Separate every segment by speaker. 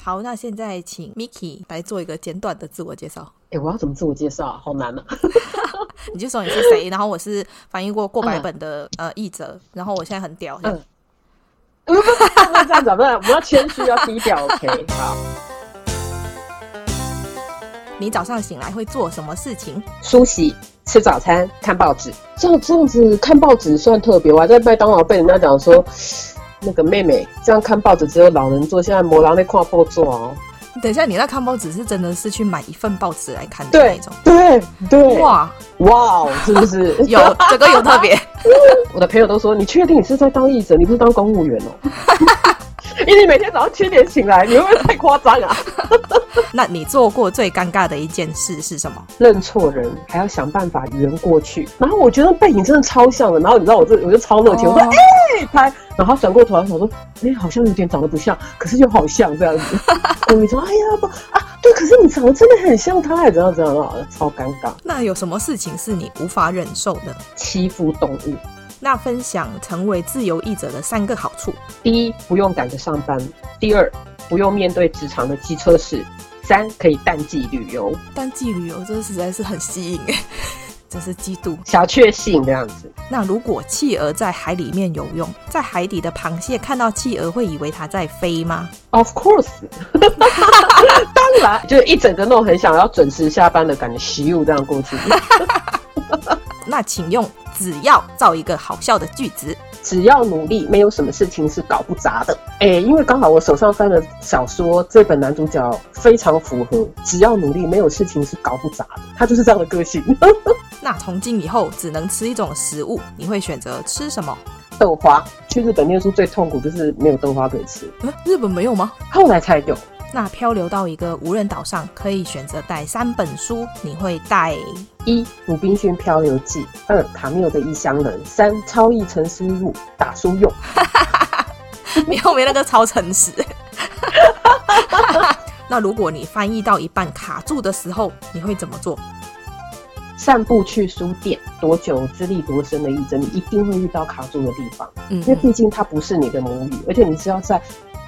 Speaker 1: 好，那现在请 Miki 来做一个简短的自我介绍。
Speaker 2: 哎、我要怎么自我介绍啊？好难啊！
Speaker 1: 你就说你是谁，然后我是翻译过过百本的、呃译者，然后我现在很屌。这样
Speaker 2: 嗯不不不不能这样啊讲，不能，我们要谦虚，要低调。OK，好。
Speaker 1: 你早上醒来会做什么事情？
Speaker 2: 梳洗、吃早餐、看报纸。像这样子看报纸算特别，我还在麦当劳被人家讲说，那个妹妹这样看报纸只有老人做，现在魔狼在跨报做哦。
Speaker 1: 等一下，你那看报纸是真的是去买一份报纸来看的那
Speaker 2: 对
Speaker 1: 种？嗯
Speaker 2: 对对，哇
Speaker 1: 哇，
Speaker 2: 哇哦，是不是？
Speaker 1: 有这个有特别，
Speaker 2: 我的朋友都说，你确定你是在当译者，你不是当公务员哦？ 因为你每天早上七点醒来，你会不会太夸张啊？
Speaker 1: 那你做过最尴尬的一件事是什么？
Speaker 2: 认错人，还要想办法圆过去。然后我觉得背影真的超像的，然后你知道我这我就超热情，我说
Speaker 1: 哦
Speaker 2: 哎、拍，然后他转过头来想说，哎、好像有点长得不像，可是又好像这样子。我你说哎呀不啊，对，可是你长得真的很像他，怎样怎样啊，超尴尬，
Speaker 1: 那有什么事情是你无法忍受的？
Speaker 2: 欺负动物。
Speaker 1: 那分享成为自由译者的三个好处。
Speaker 2: 第一，不用赶着上班；第二，不用面对职场的机车事；三，可以淡季旅游，
Speaker 1: 但季旅游这实在是很吸引 哎，真是嫉妒。
Speaker 2: 小确幸这样子。
Speaker 1: 那如果企鹅在海里面游泳，在海底的螃蟹看到企鹅会以为它在飞吗？
Speaker 2: Of course，当然，就是一整个那种很想要准时下班的感觉，习武这样过 去。
Speaker 1: 那请用只要造一个好笑的句子。
Speaker 2: 只要努力，没有什么事情是搞不砸的。诶、因为刚好我手上翻的小说，这本男主角非常符合“只要努力，没有事情是搞不砸的”，他就是这样的个性。
Speaker 1: 那从今以后只能吃一种食物，你会选择吃什么？
Speaker 2: 豆花，去日本念书最痛苦就是没有豆花可以吃，
Speaker 1: 嗯，日本没有吗？
Speaker 2: 后来才有。
Speaker 1: 那漂流到一个无人岛上，可以选择带三本书，你会带
Speaker 2: 一《鲁滨逊漂流记》，二《卡缪的异乡人》，三《超译沉思录》，打书用。
Speaker 1: 你后面那个超诚实。 那如果你翻译到一半卡住的时候，你会怎么做？
Speaker 2: 散步去书店，多久资历多深的译者，你一定会遇到卡住的地方，
Speaker 1: 嗯
Speaker 2: 因为毕竟它不是你的母语，而且你是要在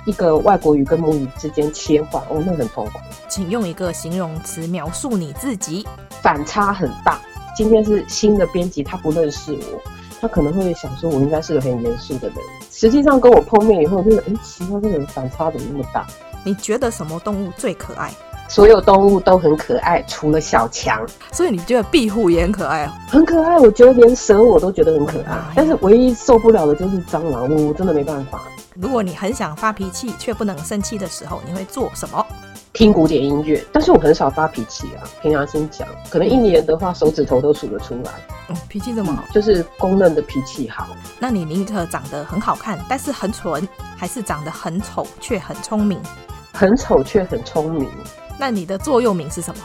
Speaker 2: 一个外国语跟母语之间切换，哦，那很痛苦，
Speaker 1: 请用一个形容词描述你自己。
Speaker 2: 反差很大。今天是新的编辑，他不认识我，他可能会想说我应该是个很严肃的人，实际上跟我碰面以后，就是哎，诶奇怪，这个人反差怎么那么大？
Speaker 1: 你觉得什么动物最可爱？
Speaker 2: 所有动物都很可爱，除了小强。
Speaker 1: 所以你觉得壁虎也很可爱哦？
Speaker 2: 很可爱，我觉得连蛇我都觉得很可 爱
Speaker 1: 哎，
Speaker 2: 但是唯一受不了的就是蟑螂，我真的没办法。
Speaker 1: 如果你很想发脾气却不能生气的时候，你会做什么？
Speaker 2: 听古典音乐，但是我很少发脾气啊。平常心讲，可能一年的话，手指头都数得出来，
Speaker 1: 嗯，脾气这么好，
Speaker 2: 就是公认的脾气好。
Speaker 1: 那你宁可长得很好看但是很蠢，还是长得很丑却很聪明？
Speaker 2: 很丑却很聪明，
Speaker 1: 那你的座右铭是什么？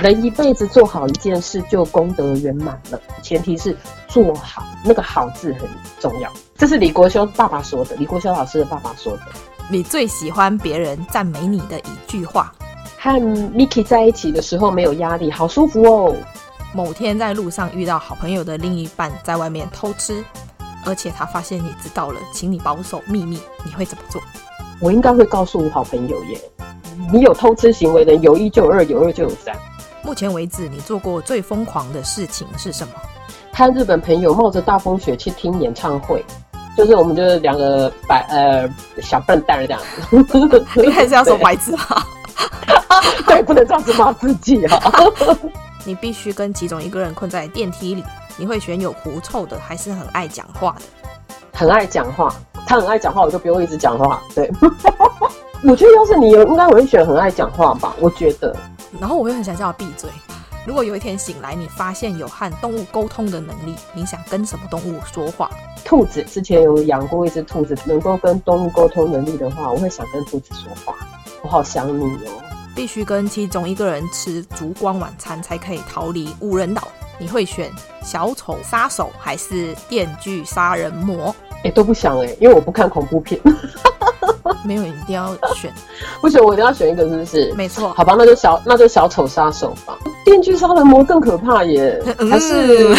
Speaker 2: 人一辈子做好一件事就功德圆满了，前提是做好，那个“好”字很重要。这是李国修爸爸说的，李国修老师的爸爸说的。
Speaker 1: 你最喜欢别人赞美你的一句话？
Speaker 2: 和 Miki 在一起的时候没有压力，好舒服哦。
Speaker 1: 某天在路上遇到好朋友的另一半在外面偷吃，而且他发现你知道了，请你保守秘密，你会怎么做？
Speaker 2: 我应该会告诉我好朋友耶，你有偷吃行为的，有一就有二，有二就有三。
Speaker 1: 目前为止，你做过最疯狂的事情是什么？
Speaker 2: 和日本朋友冒着大风雪去听演唱会，就是我们就是两个白呃小笨蛋这样 子。
Speaker 1: 你还是要说白痴吧？
Speaker 2: 对，不能这样子骂自己啊！
Speaker 1: 你必须跟其中一个人困在电梯里，你会选有狐臭的，还是很爱讲话的？
Speaker 2: 很爱讲话，他很爱讲话，我就不用一直讲话。对，我觉得要是你有，应该我会选很爱讲话吧。我觉得
Speaker 1: 然后我又很想叫他闭嘴。如果有一天醒来，你发现有和动物沟通的能力，你想跟什么动物说话？
Speaker 2: 兔子之前有养过一只兔子，能够跟动物沟通能力的话，我会想跟兔子说话。我好想你哦。
Speaker 1: 必须跟其中一个人吃烛光晚餐才可以逃离无人岛。你会选小丑杀手还是电锯杀人魔？
Speaker 2: 哎、都不想哎、因为我不看恐怖片。
Speaker 1: 没有，一定要 选。
Speaker 2: 不行，我一定要选一个，是不是？
Speaker 1: 没错，
Speaker 2: 好吧，那就小那就小丑杀手吧。电锯杀人魔更可怕耶，还 是
Speaker 1: 嗯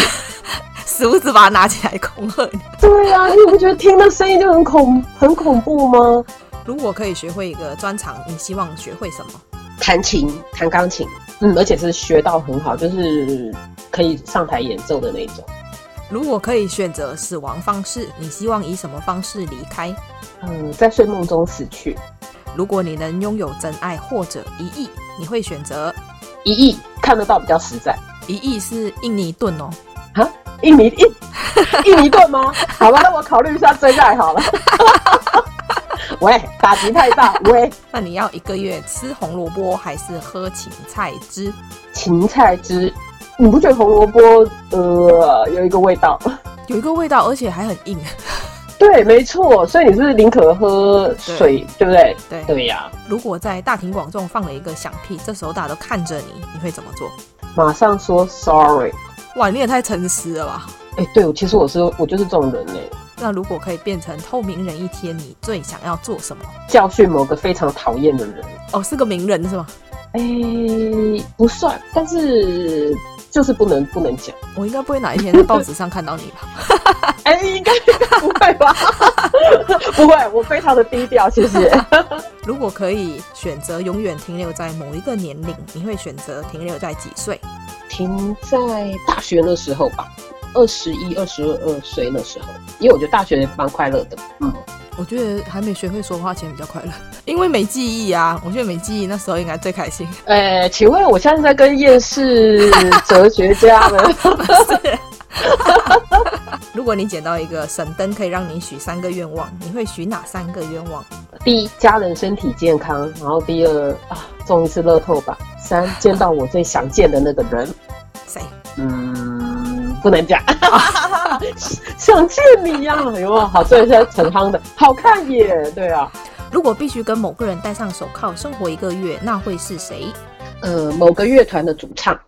Speaker 1: 梳子把它拿起来恐吓你。
Speaker 2: 对啊？你不觉得听那声音就很恐很恐怖吗？
Speaker 1: 如果可以学会一个专长，你希望学会什么？
Speaker 2: 弹琴，弹钢琴，嗯，而且是学到很好，就是可以上台演奏的那种。
Speaker 1: 如果可以选择死亡方式，你希望以什么方式离开？
Speaker 2: 嗯，在睡梦中死去，
Speaker 1: 如果你能拥有真爱或者一亿，你会选择
Speaker 2: 一亿看得到比较实在。
Speaker 1: 一亿是印尼盾哦。
Speaker 2: 印尼印印尼盾吗？好吧，那我考虑一下真爱好了。 喂，打击太大，喂，
Speaker 1: 那你要一个月吃红萝卜还是喝芹菜汁？
Speaker 2: 芹菜汁，你不觉得红萝卜呃有一个味 道？
Speaker 1: 有一个味道，而且还很硬。
Speaker 2: 对，没错，所以你是不是宁可喝水，对不对？
Speaker 1: 对，
Speaker 2: 对呀、
Speaker 1: 如果在大庭广众放了一个响屁，这时候大家都看着你，你会怎么做？
Speaker 2: 马上说 sorry。
Speaker 1: 哇，你也太诚实了吧！
Speaker 2: 哎、对，我其实我是我就是这种人哎、
Speaker 1: 那如果可以变成透明人一天，你最想要做什么？
Speaker 2: 教训某个非常讨厌的人，
Speaker 1: 哦，是个名人是吗？
Speaker 2: 哎、不算，但是就是不能不能讲。
Speaker 1: 我应该不会哪一天在报纸上看到你吧？
Speaker 2: 哎、应该应该不会吧？ 不会，我非常的低调，谢谢。
Speaker 1: 如果可以选择永远停留在某一个年龄，你会选择停留在几岁？
Speaker 2: 停在大学那时候吧，二十一、二十二岁那时候，因为我觉得大学蛮快乐的。嗯，
Speaker 1: 我觉得还没学会说话前比较快乐， 因为没记忆啊。我觉得没记忆那时候应该最开 心。
Speaker 2: 呃，请问我现在在跟厌 世哲学家们？
Speaker 1: 如果你捡到一个神灯，可以让你许三个愿望，你会许哪三个愿望？
Speaker 2: 第一，家人身体健康；然后第二啊，中一次乐透吧；三，见到我最想见的那个人。
Speaker 1: 谁？
Speaker 2: 嗯，不能 讲。想见你呀、有没有？好，这一下陈夯的，好看耶，对啊。
Speaker 1: 如果必须跟某个人戴上手铐生活一个月，那会是谁？
Speaker 2: 呃，某个乐团的主唱，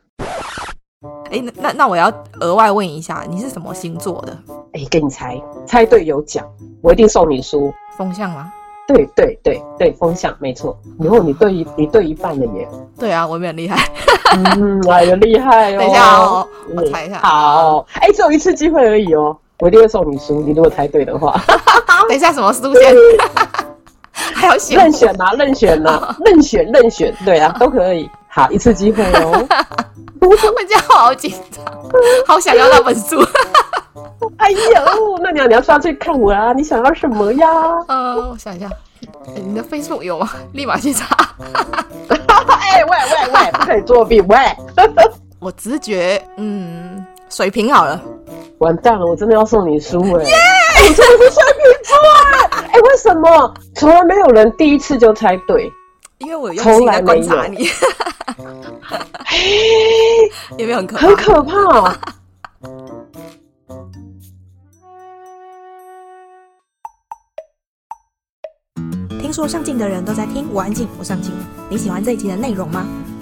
Speaker 1: 诶，那那那我要额外问一下，你是什么星座的？
Speaker 2: 哎、给你猜，猜对有奖，我一定送你书。
Speaker 1: 风象吗？
Speaker 2: 对对对对，风向没错。以后你对一你对一半了耶，
Speaker 1: 对啊，我没有厉害。
Speaker 2: 嗯，哎呀，厉害哦！
Speaker 1: 等一下哦，
Speaker 2: 嗯
Speaker 1: 我猜一下。
Speaker 2: 好，哎、只有一次机会而已哦，我一定会送你书。你如果猜对的话，
Speaker 1: 等一下什么出现？还有选
Speaker 2: 任选呐、任选呐、任选任选，对啊，都可以。好，一次机会 哦。
Speaker 1: 我这样好紧张，好想要那本书。
Speaker 2: 哎呦，那你要你要上去看我啊！你想要什么呀？
Speaker 1: 呃，我想一下，诶你的 Facebook 有吗？立马去查。
Speaker 2: 哎、喂喂喂， 不可以作弊！喂，
Speaker 1: 我直觉，嗯，水瓶好了，
Speaker 2: 完蛋了，我真的要送你书哎、你真的是水瓶座哎、哎、为什么从来没有人第一次就猜对？
Speaker 1: 因为我有用心在观察你， 有没有很可怕？
Speaker 2: 很可怕。
Speaker 1: 听说上镜的人都在听，我安静，我上镜。你喜欢这一集的内容吗？